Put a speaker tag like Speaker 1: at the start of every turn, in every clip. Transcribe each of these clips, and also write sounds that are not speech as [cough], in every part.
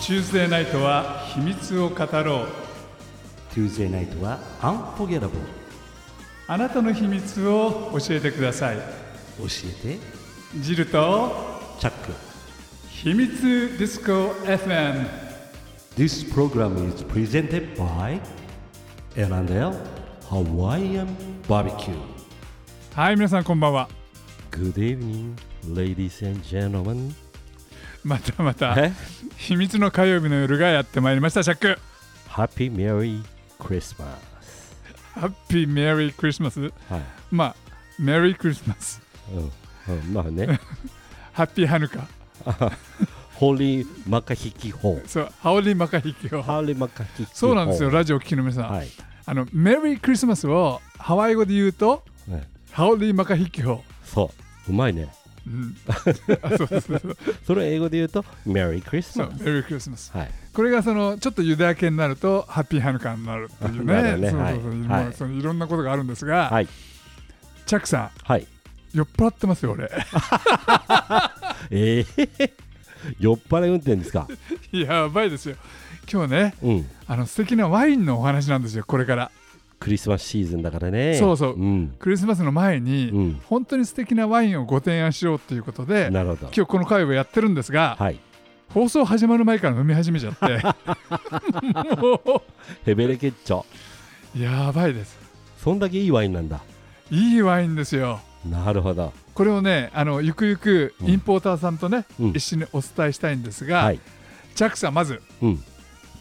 Speaker 1: チューズデーナイトは秘密を語ろう
Speaker 2: Tuesday night は Unforgettable
Speaker 1: あなたの秘密を教えてください
Speaker 2: 教えて
Speaker 1: ジルと
Speaker 2: チャック
Speaker 1: 秘密ディスコ FM
Speaker 2: This program is presented by L&L Hawaiian Barbecue
Speaker 1: はい皆さんこんばんは
Speaker 2: Good evening ladies and
Speaker 1: [laughs]
Speaker 2: gentlemen
Speaker 1: またまた
Speaker 2: え
Speaker 1: 秘密の火曜日の夜がやってまいりましたシャック
Speaker 2: Happy Merry
Speaker 1: [laughs]
Speaker 2: Christmas
Speaker 1: ハッピーメリークリスマス
Speaker 2: はい、
Speaker 1: まあメリークリスマス
Speaker 2: うんうん、まあね
Speaker 1: ハッピーハヌカ
Speaker 2: ホーリーマカヒキホー
Speaker 1: そう羽織マカヒキを
Speaker 2: ハーリーマカヒキホー
Speaker 1: そうなんですよラジオを聴きの皆さん、
Speaker 2: はい、
Speaker 1: あのメリークリスマスをハワイ語で言うと
Speaker 2: ね
Speaker 1: ハオリーマカヒキホ
Speaker 2: そううまいね
Speaker 1: うんあそうそうそうそう
Speaker 2: [laughs] それを英語で言うと Merry
Speaker 1: そう
Speaker 2: Christmas
Speaker 1: メリークリスマス
Speaker 2: はい
Speaker 1: これがそのちょっとユダヤ系になるとハッピーハヌカになるっていう
Speaker 2: [laughs] なる
Speaker 1: ね
Speaker 2: ほどね
Speaker 1: そうそうそう、
Speaker 2: はい
Speaker 1: もう
Speaker 2: はい
Speaker 1: そのいろんなことがあるんですが、
Speaker 2: はい
Speaker 1: チャックさ
Speaker 2: はい
Speaker 1: ん酔っ払ってますよ俺 [laughs]
Speaker 2: えー [laughs] 酔っ払い運転で
Speaker 1: [laughs]
Speaker 2: すか
Speaker 1: やばいですよ今日ね
Speaker 2: うん
Speaker 1: あの素敵なワインのお話なんですよこれから
Speaker 2: クリスマスシーズンだからね
Speaker 1: そうそう
Speaker 2: うん、
Speaker 1: クリスマスの前に、
Speaker 2: うん、
Speaker 1: 本当に素敵なワインをご提案しようということで
Speaker 2: なるほど
Speaker 1: 今日この会をやってるんですが、
Speaker 2: はい
Speaker 1: 放送始まる前から飲み始めちゃっても
Speaker 2: ヘベレケッチョ
Speaker 1: う [laughs] やばいです
Speaker 2: そんだけいいワインなんだ
Speaker 1: いいワインですよ
Speaker 2: なるほど
Speaker 1: これをねあのゆくゆく
Speaker 2: うん
Speaker 1: インポーターさんとね、
Speaker 2: うん
Speaker 1: 一緒にお伝えしたいんですが、
Speaker 2: はい
Speaker 1: ジャックさんまず
Speaker 2: うん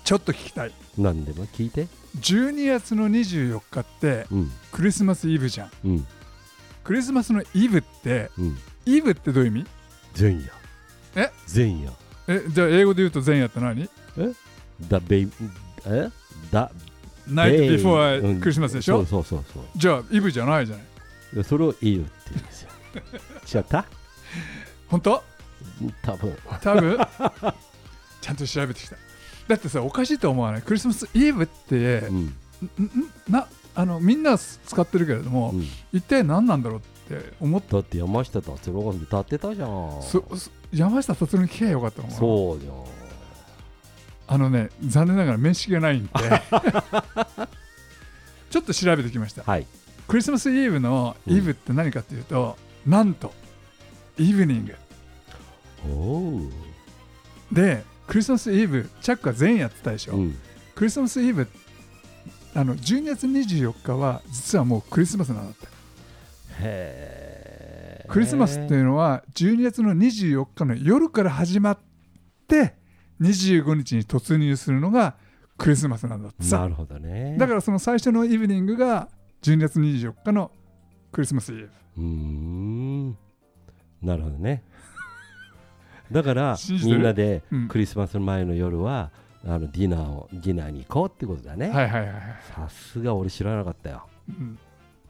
Speaker 1: ちょっと聞きたい
Speaker 2: 何でも聞いて
Speaker 1: 12月の24日って
Speaker 2: うん
Speaker 1: クリスマスイブじゃん
Speaker 2: うん
Speaker 1: クリスマスのイブって
Speaker 2: うん
Speaker 1: イブってどういう意味
Speaker 2: 前夜
Speaker 1: え
Speaker 2: 前夜
Speaker 1: えじゃあ英語で言うと前夜って何
Speaker 2: だベイえだ
Speaker 1: ナイトビフォ
Speaker 2: う
Speaker 1: ー
Speaker 2: ん
Speaker 1: クリスマスでしょ、
Speaker 2: そうそうそうそう
Speaker 1: じゃあイブじゃないじゃない
Speaker 2: でそれをいいよって言うんですよ [laughs] 違った
Speaker 1: 本当
Speaker 2: 多分
Speaker 1: 多分 [laughs] ちゃんと調べてきただってさおかしいと思わないクリスマスイブって
Speaker 2: うん
Speaker 1: んんなあのみんな使ってるけれども、
Speaker 2: うん
Speaker 1: 一体何なんだろうって思っ
Speaker 2: だって山下達郎が歌ってたじゃん
Speaker 1: そそ山下達郎に聞けばよかったのかな
Speaker 2: そうじゃん
Speaker 1: あのね残念ながら面識がないんでちょっと調べてきました
Speaker 2: はい
Speaker 1: クリスマスイブのイブって何かっていうと、なんとイブニング
Speaker 2: おお
Speaker 1: でクリスマスイブチャックは前夜やってたでしょ、
Speaker 2: うん
Speaker 1: クリスマスイブあの12月24日は実はもうクリスマスなんだって
Speaker 2: へえ
Speaker 1: クリスマスっていうのは12月の24日の夜から始まって25日に突入するのがクリスマスなんだってさ
Speaker 2: なるほどね
Speaker 1: だかららその最初のイブニングが12月24日のクリスマスイブ
Speaker 2: うーんなるほどね [laughs] だから
Speaker 1: 信じて
Speaker 2: み
Speaker 1: る
Speaker 2: んなで
Speaker 1: うん
Speaker 2: クリスマスの前の夜はあのディナーをディナーに行こうってことだね、
Speaker 1: はいはいはいはい、
Speaker 2: さすが俺知らなかったよ
Speaker 1: うん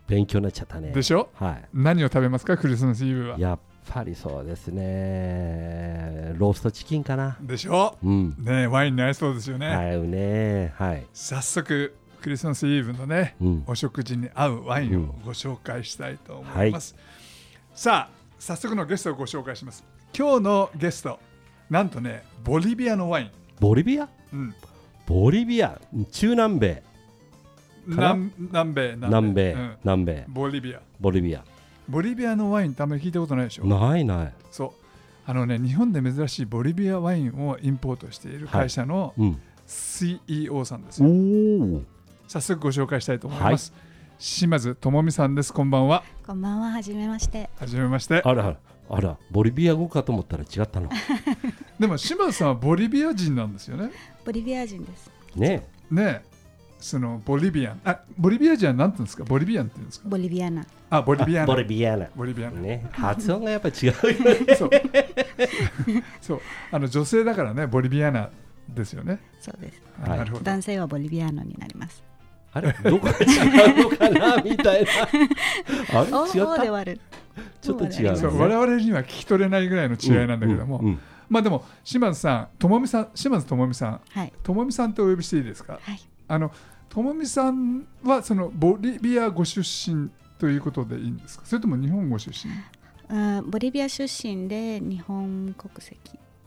Speaker 2: 勉強になっちゃったね
Speaker 1: でしょ
Speaker 2: はい
Speaker 1: 何を食べますかクリスマスイブは
Speaker 2: やっぱりそうですね。ローストチキンかな。
Speaker 1: でしょ
Speaker 2: うん。
Speaker 1: ねえワインに合いそうですよね、
Speaker 2: 合うね。はい。
Speaker 1: 早速クリスマスイブのね
Speaker 2: うん。
Speaker 1: お食事に合うワインをご紹介したいと思います、さあ早速のゲストをご紹介します今日のゲストなんとねボリビアのワイン、
Speaker 2: ボリビア
Speaker 1: うん、
Speaker 2: ボリビア。中南米。ら
Speaker 1: 南南米
Speaker 2: 南米。
Speaker 1: うん
Speaker 2: 南米。
Speaker 1: ボリビア
Speaker 2: ボリビア。
Speaker 1: ボリビアのワインってあんまり聞いたことないでしょ
Speaker 2: ないない。
Speaker 1: そうあのね日本で珍しいボリビアワインをインポートしている会社の
Speaker 2: うん。
Speaker 1: CEO さんですよ、
Speaker 2: おお。
Speaker 1: 早速ご紹介したいと思います、島津智美さんですこんばんは
Speaker 3: こんばんは、はじめまして。
Speaker 1: はじめまして
Speaker 2: あらあら。あら、ボリビア語かと思ったら違ったの。
Speaker 1: でも島津さんはボリビア人なんですよね
Speaker 3: ボリビア人です。
Speaker 2: ね。
Speaker 1: ねえそのボリビアンあボリビア人は何て言うんですかボリビアンって言うんですか
Speaker 3: ボリビアナ。
Speaker 1: あボリビアン
Speaker 2: ボリビアな。
Speaker 1: ボリビアン
Speaker 2: ね。発音がやっぱ違うよね。
Speaker 1: そう [laughs] そうあの女性だからねボリビアナですよね
Speaker 3: そうです。
Speaker 1: あ
Speaker 2: はい
Speaker 1: なるほど
Speaker 3: 男性はボリビアノになります。
Speaker 2: あれ、どこが違うのかなみたいな。あれ、
Speaker 3: おお
Speaker 2: 違っ
Speaker 3: で
Speaker 2: た。
Speaker 3: 割る。
Speaker 2: ちょっと違
Speaker 3: 男性
Speaker 2: う
Speaker 1: そ
Speaker 2: の
Speaker 1: う
Speaker 2: ね。
Speaker 1: 我々には聞き取れないぐらいの違いなんだけども、
Speaker 2: うんうんうん
Speaker 1: まあでも島津さんともみさん島津ともみさん
Speaker 3: はい。
Speaker 1: ともみさんとお呼びしていいですか
Speaker 3: はい。
Speaker 1: あのともみさんはそのボリビアご出身ということでいいんですかそれとも日本ご出身
Speaker 3: うんボリビア出身で日本国籍。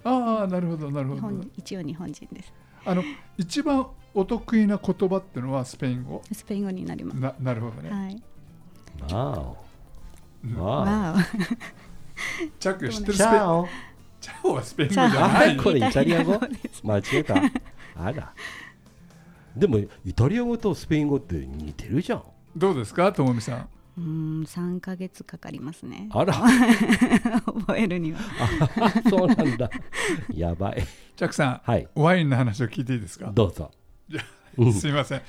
Speaker 1: ああなるほどなるほ
Speaker 3: 日
Speaker 1: ど
Speaker 3: 本一応日本人です
Speaker 1: あの一番お得意な言葉ってのはスペイン語
Speaker 3: スペイン語になります
Speaker 1: ななるほどね、
Speaker 3: はい
Speaker 2: わお。わ
Speaker 3: わお
Speaker 1: チャック知って
Speaker 2: お。
Speaker 1: るスペ
Speaker 2: チ
Speaker 1: イン
Speaker 2: ャオ。
Speaker 1: チャオはスペイン語じ
Speaker 3: チャオ
Speaker 1: ゃない
Speaker 2: これイタリ
Speaker 1: [laughs]
Speaker 2: ア語
Speaker 3: イタリア語です
Speaker 2: 間違えた。あら。でもイタリア語とスペイン語って似てるじゃん。
Speaker 1: どうですかともみさん
Speaker 3: うーん3ヶ月かかりますね
Speaker 1: [laughs]
Speaker 2: あら。
Speaker 3: 覚えるには
Speaker 2: そうなんだ。やばい。
Speaker 1: チャックさん、
Speaker 2: はい。
Speaker 1: ワインの話を聞いていいですか
Speaker 2: どうぞ。うん
Speaker 1: すいません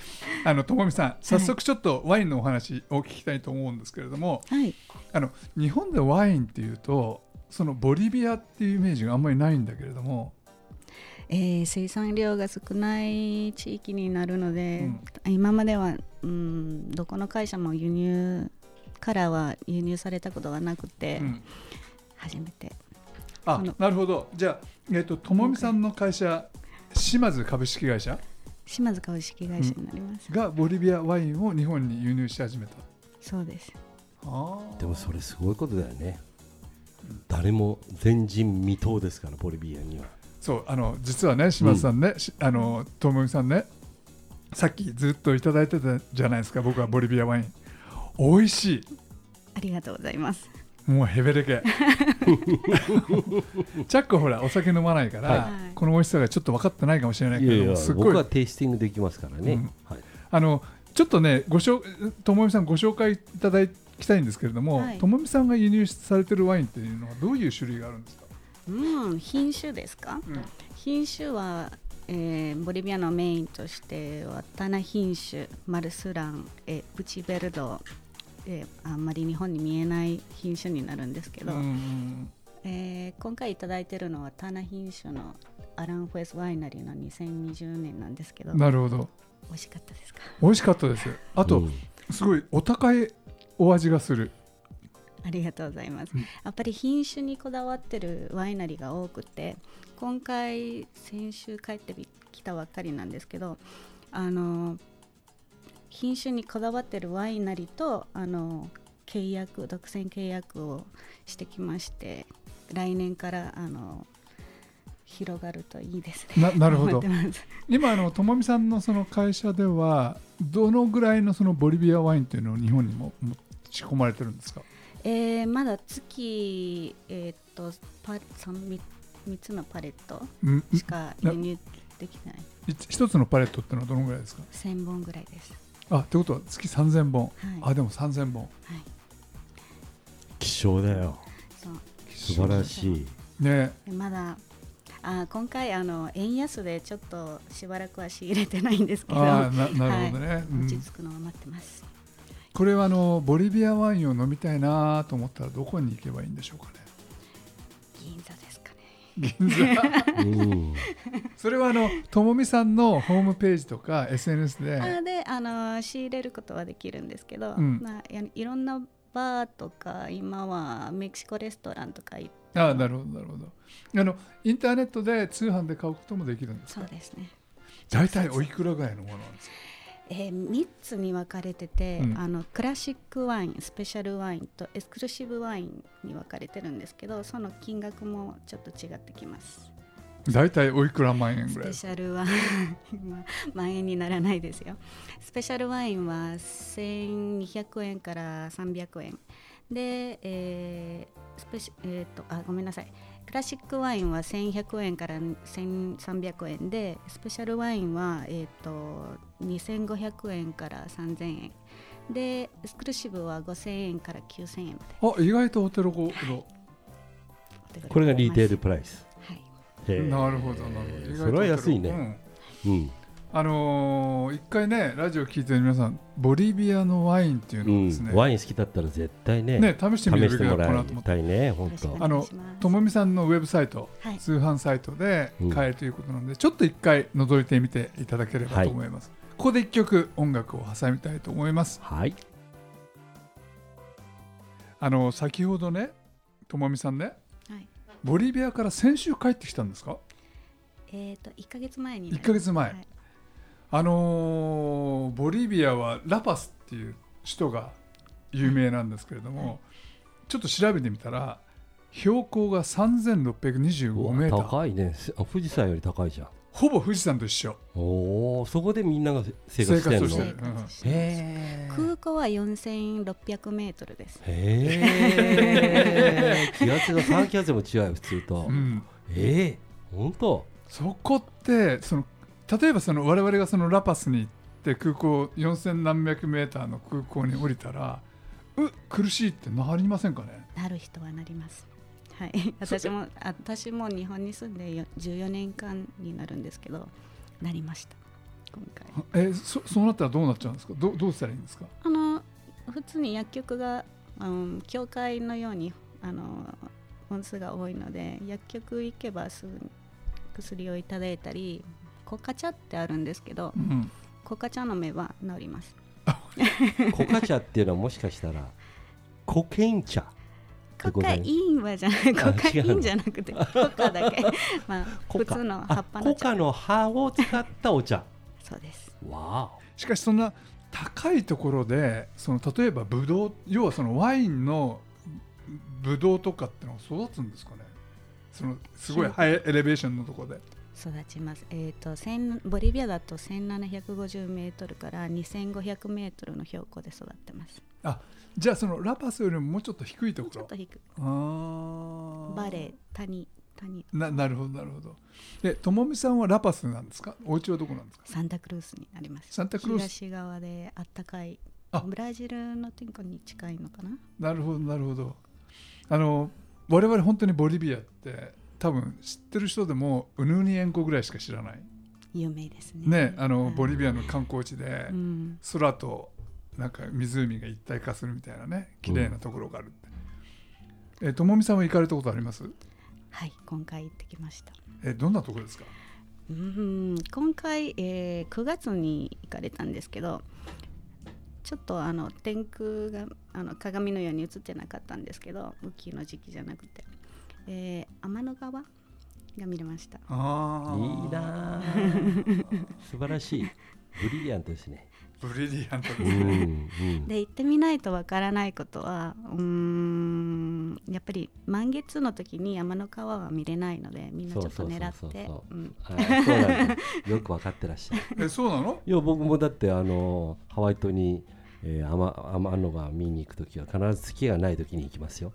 Speaker 1: あのともみさん早速ちょっとワインのお話を聞きたいと思うんですけれども、
Speaker 3: はい
Speaker 1: あの日本でワインっていうとそのボリビアっていうイメージがあんまりないんだけれども
Speaker 3: えー生産量が少ない地域になるので、
Speaker 1: うん
Speaker 3: 今までは、うん、どこの会社も輸入からは輸入されたことがなくて、
Speaker 1: うん
Speaker 3: 初めて
Speaker 1: あ
Speaker 3: あの
Speaker 1: なるほどじゃあ、えっとともみさんの会社島津株式会社
Speaker 3: 島津株式会社になります、
Speaker 1: がボリビアワインを日本に輸入し始めた
Speaker 3: そうです
Speaker 1: あー
Speaker 2: でもそれすごいことだよね。誰も前人未到ですからボリビアには。
Speaker 1: そうあの実はね島津さんね、しあのともみさんねさっきずっといただいてたじゃないですか僕はボリビアワイン美味しい
Speaker 3: ありがとうございます
Speaker 1: もうヘベレ
Speaker 3: [laughs]
Speaker 1: ケチャックほらお酒飲まないから、
Speaker 3: はい
Speaker 1: この美味しさがちょっと分かってないかもしれないけ
Speaker 2: い
Speaker 1: ど
Speaker 2: やいや
Speaker 1: すっ、ご
Speaker 2: 僕はいテイスティングできますからね。はい。
Speaker 1: あのちょっとねごしょともみさんご紹介いただきたいんですけれども、
Speaker 3: はい
Speaker 1: ともみさんが輸入されてるワインっていうのはどういう種類があるんですか、
Speaker 3: うん品種ですか品種は、えーボリビアのメインとしてはタナ品種マルスラン、えープチベルド、えーあんまり日本に見えない品種になるんですけど、
Speaker 1: うん
Speaker 3: えー今回いただいてるのはタナ品種のアランフェスワイナリーの2020年なんですけど美
Speaker 1: なるほど
Speaker 3: 味しかったですか
Speaker 1: 美味しかったですあと、
Speaker 2: うん
Speaker 1: すごいお高いお味がする
Speaker 3: ありがとうございます、
Speaker 1: うん
Speaker 3: やっぱり品種にこだわってるワイナリーが多くて今回先週帰ってきたばっかりなんですけどあの品種にこだわってるワイナリーとあの契約独占契約をしてきまして来年からあの広がるといいですね。 [laughs]
Speaker 1: ななるほ
Speaker 3: 思
Speaker 1: ど
Speaker 3: ってます
Speaker 1: 今あのともみさんのその会社ではどのぐらいのそのボリビアワインっていうのを日本にも持ち込まれてるんですか
Speaker 3: えーまだ月、えーっとパ3つのパレット
Speaker 1: うんうん
Speaker 3: しか輸入できない
Speaker 1: 一一つのパレットってのはどのぐらいですか
Speaker 3: 1000本ぐらいです。
Speaker 1: あってことは月3000本、
Speaker 3: はい
Speaker 1: あでも3000本
Speaker 3: はい、
Speaker 2: 希少だよ。
Speaker 3: そう
Speaker 2: 素晴らしい。
Speaker 1: ね
Speaker 3: でまだあ今回あの円安でちょっとしばらくは仕入れてないんですけど
Speaker 1: あーななるほどね、うん
Speaker 3: 落ち着くのを待ってます、
Speaker 1: これはあのボリビアワインを飲みたいなと思ったらどこに行けばいいんでしょう [laughs] かね
Speaker 3: 銀座ですかね
Speaker 1: 銀座
Speaker 2: うん。
Speaker 1: それはあのともみさんのホームページとか SNS で
Speaker 3: あーであの仕入れることはできるんですけど、
Speaker 1: うん
Speaker 3: まあ、やいろんなバーとか今はメキシコレストランとかい
Speaker 1: あなるほどなるほどあのインターネットで通販で買うこともできるんです
Speaker 3: そ
Speaker 1: か
Speaker 3: うですね、
Speaker 1: 大体おいくらぐらいのものなんですか
Speaker 3: えー、3つに分かれてて、
Speaker 1: うん
Speaker 3: あのクラシックワインスペシャルワインとエスクルーシブワインに分かれてるんですけどその金額もちょっと違ってきます
Speaker 1: 大体おいくら万円
Speaker 3: ス
Speaker 1: ぐらい
Speaker 3: ペ
Speaker 1: です
Speaker 3: シャルワインは万円にならないですよ。スペシャルワインは1200円から300円。で、えースペシえーっとあごめんなさい。クラシックワインは1100円から1300円で、スペシャルワインは、えーっと2500円から3000円。で、エスクルーシブは5000円から9000円ま
Speaker 1: あ
Speaker 3: で
Speaker 1: 意外とお手頃ど
Speaker 3: お手頃になります。
Speaker 2: これがリテールプライス。
Speaker 3: はい。
Speaker 2: へえ
Speaker 1: なるほどなるほど意外とお手頃
Speaker 2: それは安いね。
Speaker 1: うん
Speaker 2: うん。
Speaker 1: あのー一回ねラジオ聞いてる皆さんボリビアのワインっていうのをですね,、
Speaker 2: うんワイン好きだったら絶対ね
Speaker 1: ね試し
Speaker 2: 試
Speaker 1: てみる
Speaker 2: し
Speaker 1: べ
Speaker 2: て
Speaker 1: きだ
Speaker 2: も
Speaker 1: ったからないと思って
Speaker 2: たいね本
Speaker 3: よろしく
Speaker 2: 当
Speaker 3: お
Speaker 1: あ
Speaker 3: 願
Speaker 1: の
Speaker 3: いします
Speaker 1: ともみさんのウェブサイト、
Speaker 3: はい
Speaker 1: 通販サイトで
Speaker 2: うん
Speaker 1: 買えるということなんで、ちょっと一回覗いてみていただければと思います、ここで一曲音楽を挟みたいと思います
Speaker 2: はい
Speaker 1: あの先ほどねともみさんね
Speaker 3: はい。
Speaker 1: ボリビアから先週帰ってきたんですか
Speaker 3: えーっと1ヶ月前にな
Speaker 1: 1
Speaker 3: ります。
Speaker 1: ヶ月前、
Speaker 3: はい
Speaker 1: あのーボリビアはラパスっていう首都が有名なんですけれども、ちょっと調べてみたら標高が3625メーター
Speaker 2: 高いねせあ富士山より高いじゃん
Speaker 1: ほぼ富士山と一緒
Speaker 2: おおそこでみんなが生
Speaker 1: 生
Speaker 2: 活し
Speaker 1: 活
Speaker 2: てん
Speaker 1: を
Speaker 2: の
Speaker 1: してるうん
Speaker 3: 生、活
Speaker 2: へー
Speaker 3: 空港は4600メートルです
Speaker 2: へえ気圧が3気圧も違う普通と、
Speaker 1: うん、
Speaker 2: ええ本当
Speaker 1: そこってその例えばその我々がそのラパスに行って空港4000何百メーターの空港に降りたらう苦しいってなりませんかね
Speaker 3: なる人はなります
Speaker 2: [laughs]
Speaker 3: はい私もあ私も日本に住んでよ14年間になるんですけどなりました今回
Speaker 1: えそそうなったらどうなっちゃうんですかどうどうしたらいいんですか
Speaker 3: あの普通に薬局が、うん、教会のようにあの本数が多いので薬局行けばすぐに薬をいただいたりコカチャってあるんですけど
Speaker 1: うん
Speaker 3: コカチャの目は治ります
Speaker 2: コカ茶っていうのはもしかしたらコケイン茶
Speaker 3: コカインはじゃないコカインじゃなくてコカだ
Speaker 2: [laughs]
Speaker 3: けまあ
Speaker 2: コ
Speaker 3: 普
Speaker 2: カ
Speaker 3: 通の葉
Speaker 2: あ
Speaker 3: っぱ
Speaker 2: コ
Speaker 3: の
Speaker 2: カ
Speaker 3: 茶
Speaker 2: の葉を使ったお茶
Speaker 3: そうです
Speaker 2: わ
Speaker 1: しかしそんな高いところでその例えばブドウ要はそのワインのブドウとかってのは育つんですかねそのすごいハイエレベーションのところで
Speaker 3: 育ちますえっ、と千ボリビアだと1750メートルから2500メートルの標高で育ってます
Speaker 1: あじゃあそのラパスよりももうちょっと低いとこ
Speaker 3: ちょっ
Speaker 1: ろ
Speaker 3: と低く
Speaker 1: あー
Speaker 3: バレー谷谷
Speaker 1: ななるほどなるほどでともみさんはラパスなんですかお家はどこなんですか
Speaker 3: サンタクルースになります
Speaker 1: サンタクルース
Speaker 3: 東側であったかい
Speaker 1: あ
Speaker 3: ブラジルの天候に近いのかな
Speaker 1: なるほどなるほどあの我々本当にボリビアって多分知ってる人でもウヌーニ塩湖ぐらいしか知らない
Speaker 3: 有名ですね
Speaker 1: ねあのボリ
Speaker 3: ア、
Speaker 1: ビアの観光地で
Speaker 3: うん、
Speaker 1: 空となんか湖が一体化するみたいなね綺麗なところがあるって、えともみさんは行かれたことあります
Speaker 3: はい今回行ってきました
Speaker 1: えどんなところですか
Speaker 3: うん今回、えー9月に行かれたんですけどちょっとあの天空があの鏡のように映ってなかったんですけど雨季の時期じゃなくて、えー天の川が見れました
Speaker 1: あ
Speaker 2: あい
Speaker 1: ー
Speaker 2: いな
Speaker 3: [laughs]
Speaker 2: ー素晴らしいブリリアントですね
Speaker 1: ブリリアントです
Speaker 2: う
Speaker 1: ね
Speaker 2: んうん
Speaker 3: で行ってみないとわからないことはうーんやっぱり満月の時に山の川は見れないのでみんなちょっと狙
Speaker 2: そうそうそう
Speaker 3: って
Speaker 2: そうそう
Speaker 3: うん
Speaker 2: あーそうなんだ [laughs] よくわかってらっしゃる
Speaker 1: えそうなの
Speaker 2: いや僕もだってあのハワイ島に、えー、天天の川見に行くときは必ず月がないときに行きますよ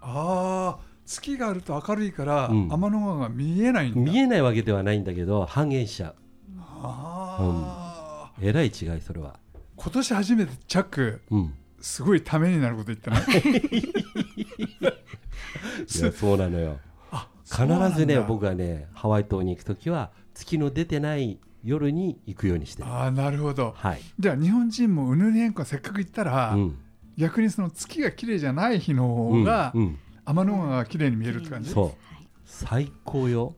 Speaker 1: ああ月があると明るいから、
Speaker 2: うん
Speaker 1: 天の川が見えないんだ
Speaker 2: 見えないわけではないんだけど半減しちゃう
Speaker 1: ああ、
Speaker 2: えらい違いそれは
Speaker 1: 今年初めてチャック
Speaker 2: うん
Speaker 1: すごいためになること言
Speaker 2: [laughs]
Speaker 1: ったね
Speaker 2: いやそうなのよ
Speaker 1: あ
Speaker 2: 必ずね僕
Speaker 1: は
Speaker 2: はねハワイ島に行くときは月の出てない夜に行くようにしてる
Speaker 1: ああなるほど
Speaker 2: はい、
Speaker 1: じゃあ日本人もウヌリエンコせっかく行ったら、
Speaker 2: うん
Speaker 1: 逆にその月が綺麗じゃない日の方が、
Speaker 2: うんうん
Speaker 1: 天の川が綺麗に見えるって感じ、
Speaker 2: そう
Speaker 3: はい
Speaker 2: 最高よ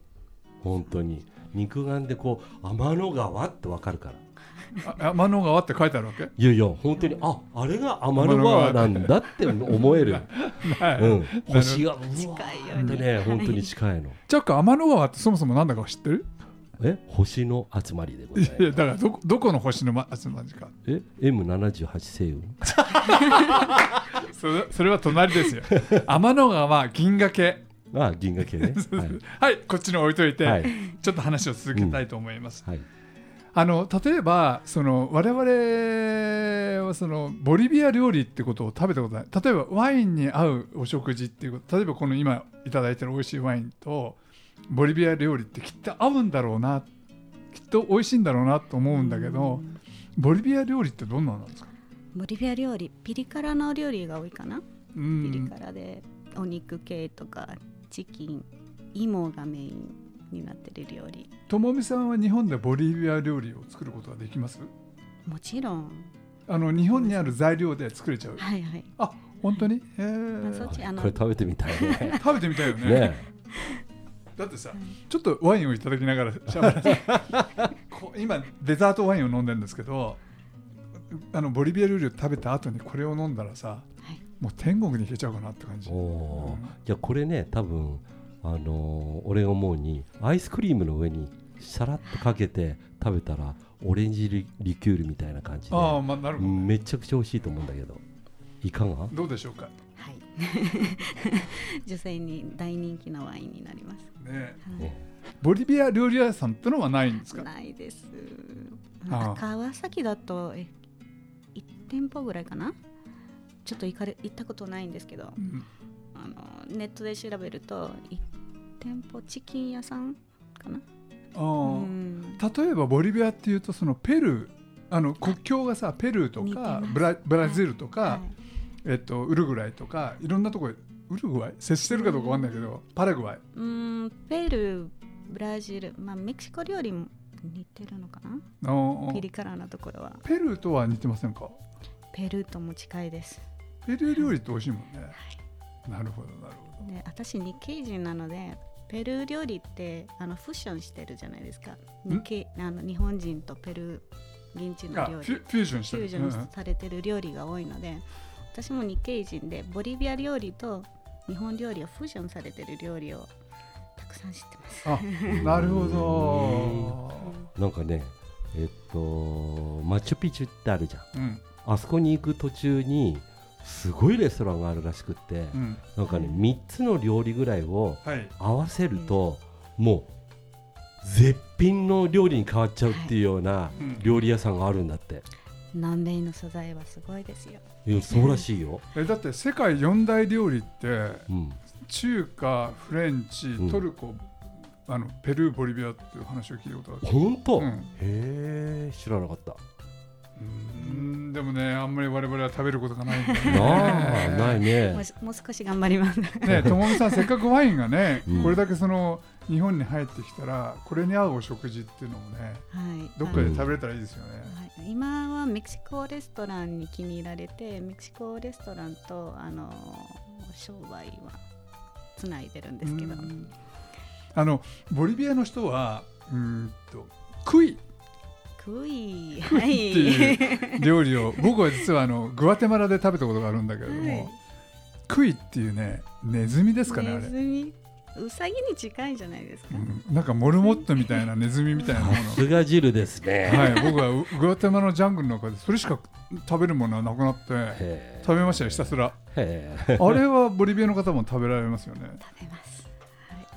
Speaker 2: 本当に肉眼でこう天の川ってわかるから
Speaker 1: あ天の川って書いてあるわけ
Speaker 2: いやいや本当にああれが天の川なんだって思える、
Speaker 1: はい
Speaker 2: うん、星が近
Speaker 3: いよね
Speaker 2: ね本当に近いの
Speaker 1: チャック天の川ってそもそもなんだか知ってる
Speaker 2: え星の集まりでござ
Speaker 1: い
Speaker 2: いま
Speaker 1: や [laughs]
Speaker 2: す
Speaker 1: だからどこどこの星のま集まりか
Speaker 2: え M78 星雲
Speaker 1: それそれは隣です
Speaker 2: [laughs]
Speaker 1: よ天の川銀河系
Speaker 2: ああ銀河
Speaker 1: [laughs]
Speaker 2: 系ねはい
Speaker 1: はい、こっちに置いといて、
Speaker 2: はい
Speaker 1: ちょっと話を続けたいと思います。
Speaker 2: はい
Speaker 1: あの例えばその我々はそのボリビア料理ってことを食べたことない例えばワインに合うお食事っていうこと例えばこの今いただいてる美味しいワインとボリビア料理ってきっと合うんだろうなきっと美味しいんだろうなと思うんだけど
Speaker 3: うん
Speaker 1: ボリビア料理ってどんなのなんですか、
Speaker 3: ボリビア料理ピリ辛の料理が多いかな、
Speaker 1: う
Speaker 3: ピリ
Speaker 1: ん、
Speaker 3: 辛でお肉系とかチキン芋がメインになってる料理
Speaker 1: ともみさんは日本でボリビア料理を作ることはできます
Speaker 3: もちろん
Speaker 1: あの日本にある材料で作れちゃう
Speaker 3: はいはい
Speaker 1: あ本当にへ
Speaker 3: あそ
Speaker 1: ー
Speaker 3: うち
Speaker 2: あ
Speaker 3: あの
Speaker 2: これ食べてみたい [laughs] ね
Speaker 1: 食べてみたいよね
Speaker 2: ね
Speaker 1: だってさちょっとワインをいただきながら [laughs] しゃべるこう今デザートワインを飲んでるんですけどあのボリビア料理を食べた後にこれを飲んだらさ
Speaker 3: はい
Speaker 1: もう天国に行けちゃうかなって感じ
Speaker 2: おおーじゃあこれね多分あのー俺が思うにアイスクリームの上にさらっとかけて食べたらオレンジリリキュールみたいな感じで
Speaker 1: ああまあなるほど、ね
Speaker 2: めちゃくちゃ美味しいと思うんだけどいかが
Speaker 1: どうでしょうか
Speaker 3: はい [laughs] 女性に大人気のワインになります。
Speaker 1: ね
Speaker 3: はい
Speaker 2: ね
Speaker 1: ボリビア料理屋さんってのはないんですか
Speaker 3: ないです。
Speaker 1: ああ
Speaker 3: 川崎だとえ一店舗ぐらいかな。ちょっと行かれ行ったことないんですけど、
Speaker 1: うん
Speaker 3: あのネットで調べると一店舗チキン屋さんかな。
Speaker 1: あ
Speaker 3: う
Speaker 1: ー
Speaker 3: ん
Speaker 1: 例えばボリビアっていうとそのペルーあの国境がさペルーと
Speaker 3: 似て
Speaker 1: か
Speaker 3: ます
Speaker 1: ブラブラジルとか、
Speaker 3: はい
Speaker 1: えっと、ウルグアイとかいろんなとこウルグアイ接してるかどうかわかんないけどパラグアイ
Speaker 3: うんペルー、ブラジル、まあメキシコ料理も似てるのかな。
Speaker 1: の
Speaker 3: ピリ辛なところは
Speaker 1: ペルーとは似てませんか
Speaker 3: ペルーとも近いです。
Speaker 1: ペルー料理って美味しいもんね、なるほどなるほど
Speaker 3: で私日系人なのでペルー料理ってあのフュッションしてるじゃないですか日系あの日本人とペルー現地
Speaker 1: あ
Speaker 3: の
Speaker 1: フュ
Speaker 3: 料理
Speaker 1: フュージョンして
Speaker 3: フュー
Speaker 1: る
Speaker 3: ジョンされてる料理が多いので私も日系人でボリビア料理と日本料理をフュージョンされてる料理をたくさん知ってます。
Speaker 1: うんうんあなるほ
Speaker 2: なんかねえっとマチュピチュってあるじゃん
Speaker 1: どうん
Speaker 2: あそこに行く途中にすごいレストランがあるらしくって、
Speaker 1: うん
Speaker 2: なんかね
Speaker 3: うん
Speaker 2: 3つの料理ぐらいを
Speaker 1: はい
Speaker 2: 合わせると、もう絶品の料理に変わっちゃうっていうような
Speaker 1: うん
Speaker 2: 料理屋さんがあるんだって、
Speaker 3: 南米の素材はすごいですよ。
Speaker 2: いやそうらしいよ、
Speaker 1: えだって世界四大料理って
Speaker 2: うん、
Speaker 1: 中華フレンチ
Speaker 2: うん
Speaker 1: トルコ、あのペルーボリビアっていう話を聞いたことある
Speaker 2: ほんと、
Speaker 1: う
Speaker 2: へ
Speaker 1: ん
Speaker 2: え知らなかった
Speaker 1: うんでもねあんまり我々は食べることがないんだよね
Speaker 2: なあない
Speaker 3: もう
Speaker 2: ね
Speaker 3: しもう少し頑張ります。
Speaker 1: ねともみさんせっかくワインがね、
Speaker 2: うん
Speaker 1: これだけその日本に入ってきたらこれに合うお食事っていうのもね
Speaker 3: はい。
Speaker 1: どっかで食べれたらいいですよね、
Speaker 3: はい、今はメキシコレストランに気に入られてメキシコレストランとあの商売はつないでるんですけど、
Speaker 1: うんあのボリビアの人はうーんとクイ
Speaker 3: クイは
Speaker 1: って
Speaker 3: い
Speaker 1: いう料理を僕は実はあ
Speaker 3: [laughs]
Speaker 1: のグアテマラで食べたことがあるんだけれども、
Speaker 3: はい
Speaker 1: クイっていうねネズミですかねあれ
Speaker 3: ネズミウサギに近いじゃないですか、
Speaker 1: うんなんかモルモットみたいなネズミみたいなもの
Speaker 2: さ
Speaker 3: [laughs]
Speaker 2: すが汁ですね、
Speaker 1: はい僕はうグアテマラのジャングルの中でそれしか食べるものはなくな
Speaker 3: [laughs]
Speaker 1: って
Speaker 2: へ
Speaker 1: 食べましたよひたすら
Speaker 2: えへえ
Speaker 1: あれはボリビアの方も食べられますよね。
Speaker 3: 食べます、はい、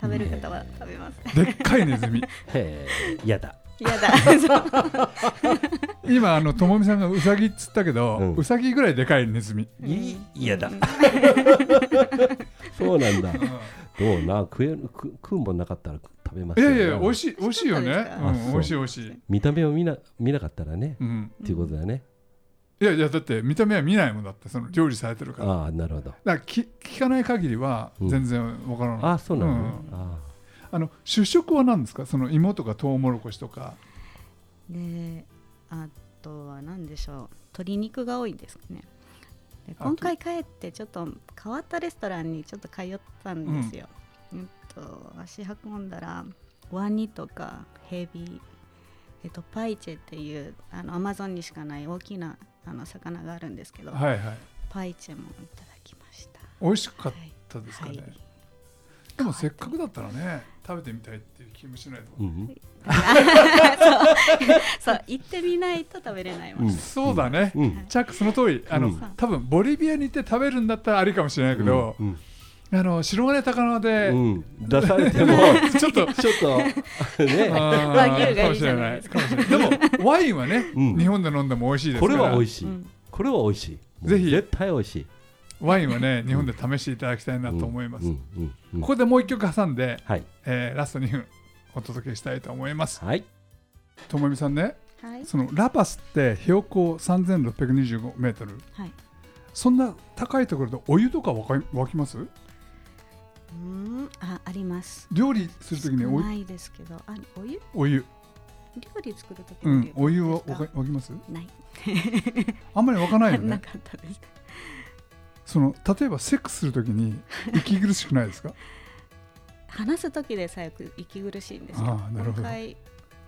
Speaker 3: 食べる方は食べます
Speaker 1: でっかいネズミ。
Speaker 2: へえやだ
Speaker 3: 嫌
Speaker 1: [laughs]
Speaker 3: だそう
Speaker 1: 今あのともみさんがウサギっつったけど、
Speaker 2: う
Speaker 1: うんさぎぐらいでかいネズミ。
Speaker 2: い嫌だ
Speaker 3: うん
Speaker 2: [laughs] そうなんだどうな食える食食うもんなかったら食べます
Speaker 1: い
Speaker 2: よ
Speaker 1: やいや美味
Speaker 2: い
Speaker 1: しい美味しいよ
Speaker 3: そう
Speaker 1: ね
Speaker 3: です。
Speaker 1: うん
Speaker 3: か
Speaker 2: あそう
Speaker 1: 美味しい美味しい。
Speaker 2: 見た目を見な見なかったらね、
Speaker 1: うん。
Speaker 2: っていうことだね
Speaker 1: いやいやだって見た目は見ないもんだってその料理されてるから。だか
Speaker 2: ああなるほど
Speaker 1: らき聞かない限りは
Speaker 2: うん
Speaker 1: 全然わからない。
Speaker 2: ああそうなの、ね
Speaker 1: うん
Speaker 2: あ
Speaker 1: あの主食は何ですか？その芋とかトウモロコシとか。
Speaker 3: であとは何でしょう鶏肉が多いんですかねで
Speaker 1: あ
Speaker 3: 今回帰ってちょっと変わったレストランにちょっと通ったんですよ、えっと足運んだらワニとかヘビえっとパイチェっていうあのアマゾンにしかない大きなあの魚があるんですけど、
Speaker 1: はいはい。
Speaker 3: パイチェもいただきました
Speaker 1: 美味しかっ
Speaker 3: はい
Speaker 1: たですか
Speaker 3: は
Speaker 1: ね。
Speaker 3: い
Speaker 1: でもせっかくだったらね食べてみたいっていう気もしないと。
Speaker 2: あうん
Speaker 3: そう行ってみないと食べれないもん、
Speaker 2: うん
Speaker 1: そうだね。
Speaker 2: うん
Speaker 1: チャックその通りあの、
Speaker 2: うん
Speaker 1: 多分ボリビアに行って食べるんだったらありかもしれないけど、
Speaker 2: うん
Speaker 1: あの白金高輪で、
Speaker 2: うん出されても
Speaker 1: [laughs] ちょっと。
Speaker 2: ちょっとね
Speaker 1: あ
Speaker 3: 和牛
Speaker 1: ー
Speaker 3: が
Speaker 1: か
Speaker 3: い
Speaker 1: も
Speaker 3: い
Speaker 1: し
Speaker 3: じ
Speaker 1: れ
Speaker 3: ゃな
Speaker 1: ない
Speaker 3: い
Speaker 1: で
Speaker 3: です
Speaker 1: もワインはね、
Speaker 2: うん
Speaker 1: 日本で飲んでも美味しいです
Speaker 2: こ
Speaker 1: か
Speaker 2: れ
Speaker 1: ら
Speaker 2: は美味しい、
Speaker 3: うん
Speaker 2: これは美味しい
Speaker 1: ぜひ
Speaker 2: 絶対美味しい
Speaker 1: ワインはね日本で試していただきたいなと思います、
Speaker 2: うんうんうん
Speaker 1: ここでもう一曲挟んで、
Speaker 2: はい
Speaker 1: えーラスト2分お届けしたいと思います
Speaker 2: はい
Speaker 1: ともみさんね
Speaker 3: はい
Speaker 1: そのラパスって標高3625メートル
Speaker 3: はい
Speaker 1: そんな高いところでお湯とか沸か沸きます
Speaker 3: うんああります
Speaker 1: 料理するときに
Speaker 3: 少
Speaker 1: お
Speaker 3: ないですけどあお湯
Speaker 1: お湯
Speaker 3: 料理作るとき
Speaker 1: うん、お湯は
Speaker 3: ですか
Speaker 1: 沸か沸きます
Speaker 3: ない。
Speaker 1: あんまり沸かないよ
Speaker 3: [laughs] な
Speaker 1: ね
Speaker 3: かったです。
Speaker 1: その例えばセックスするときに息苦しくないですか [laughs]
Speaker 3: 話す時で最悪息苦しいんですよ。
Speaker 1: ああなるほど
Speaker 3: 今回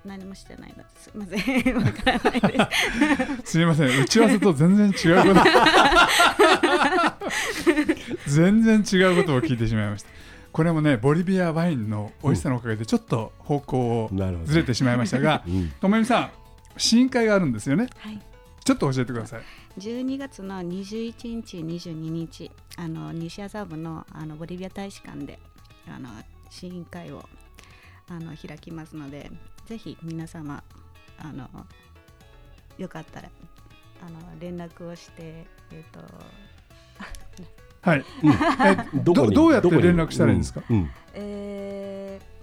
Speaker 3: 何もしてないのです。すみません。わからないです。
Speaker 1: [laughs] すみません打ち合わせと全然違うこと
Speaker 2: [laughs]
Speaker 1: 全然違うことを聞いてしまいましたこれもねボリビアワインの美味しさのおかげでちょっと方向を
Speaker 2: なるほど
Speaker 1: ずれてしまいましたが
Speaker 2: うん
Speaker 1: ともゆみさん試飲会があるんですよね
Speaker 3: はい。
Speaker 1: ちょっと教えてください
Speaker 3: 12月の21日、22日、あの西麻布のあのボリビア大使館であの試飲会をあの開きますのでぜひ皆様あのよかったらあの連絡をして、えっと
Speaker 1: はい、えど
Speaker 2: に
Speaker 1: どうやって連絡したらいいんですか、
Speaker 2: うんうん
Speaker 3: えー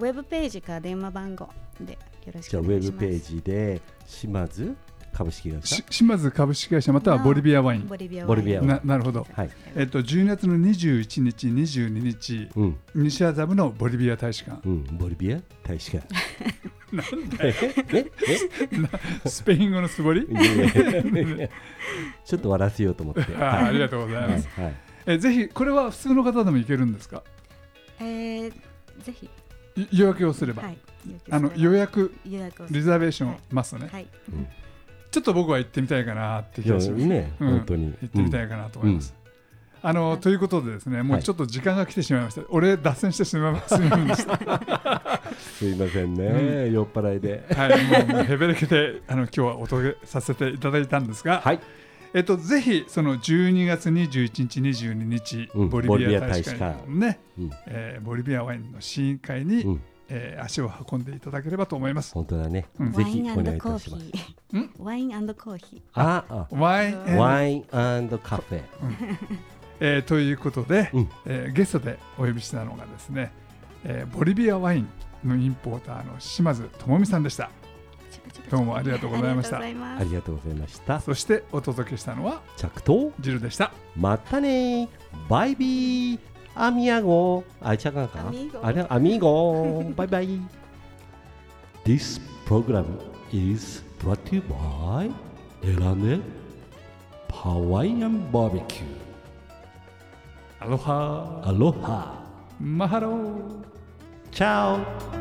Speaker 3: ウェブページか電話番号でよろし
Speaker 2: じ
Speaker 3: く
Speaker 2: ゃ
Speaker 3: お
Speaker 2: あウ
Speaker 3: 願い
Speaker 2: ェブ
Speaker 3: します。
Speaker 2: ページで島津株式会社
Speaker 1: し島津株式会社またはボリビアワイン
Speaker 3: ボリビア
Speaker 2: ボリビアワイン
Speaker 1: ななるほど、
Speaker 2: はい
Speaker 1: えっと、12月の21日22日
Speaker 2: うん
Speaker 1: 西麻布のボリビア大使館
Speaker 2: うんボリビア大使館
Speaker 1: [laughs]
Speaker 2: なんだ [laughs]
Speaker 1: スペイン語のつぼり
Speaker 2: いやいやいや [laughs] ちょっと笑わせようと思って。
Speaker 1: あーあ
Speaker 2: はい
Speaker 1: りがとうござい
Speaker 2: は
Speaker 1: ま
Speaker 2: い
Speaker 1: す、えぜひこれは普通の方でもいけるんですか
Speaker 3: えーぜひ、
Speaker 1: い予約をすれば、
Speaker 3: はい、
Speaker 1: あの予約
Speaker 3: 予約を
Speaker 1: リザーベーションますね、
Speaker 3: はい、
Speaker 1: ちょっと僕は行ってみたいかなって気
Speaker 2: いや
Speaker 1: がします
Speaker 2: ね、
Speaker 1: うん
Speaker 2: 本当に。
Speaker 1: 行ってみた
Speaker 2: うん
Speaker 1: いかなと思います。あのということでですね、もう
Speaker 2: はい
Speaker 1: ちょっと時間が来てしまいました。俺脱線してしまいすみませんでした。
Speaker 2: すいません
Speaker 1: う
Speaker 2: ね、酔っ払いで。
Speaker 1: はい、もうもうヘベレケであの今日はお届けさせていただいたんですが、
Speaker 2: はい、
Speaker 1: えっとぜひその12月21日22日、
Speaker 2: うん
Speaker 1: ボリビア大使館ね、
Speaker 2: うん
Speaker 1: えーボリビアワインの試飲会に、
Speaker 2: うん
Speaker 1: えー足を運んでいただければと思います。
Speaker 2: 本当だね
Speaker 1: うん。
Speaker 2: ぜ
Speaker 3: ワイ
Speaker 2: ひ
Speaker 3: ン
Speaker 2: お願いい
Speaker 3: コー
Speaker 2: た
Speaker 3: ヒ
Speaker 2: します。
Speaker 1: ん
Speaker 3: ー。ワインコーヒ
Speaker 2: あ、あ
Speaker 1: ワインえー
Speaker 2: ワインカフェ。
Speaker 1: えーということで、
Speaker 2: うん
Speaker 1: えーゲストでお呼びしたのがですね、えーボリビアワインのインポーターの島津智美さんでした
Speaker 3: ー。
Speaker 1: どうもありがとうございました
Speaker 3: ありがとうございます
Speaker 2: ありがとうございました。
Speaker 1: そしてお届けしたのは
Speaker 2: 着到、
Speaker 1: ジルでした
Speaker 2: またねバイビー、アミアゴ、あ、ちゃかんか
Speaker 3: アミー。ゴ
Speaker 2: あれ、アミーゴ、バイバイ。This program is brought to you by エラネハワイアンバーベキュー。
Speaker 1: アロハ
Speaker 2: Aloha.
Speaker 1: マハロー
Speaker 2: Ciao.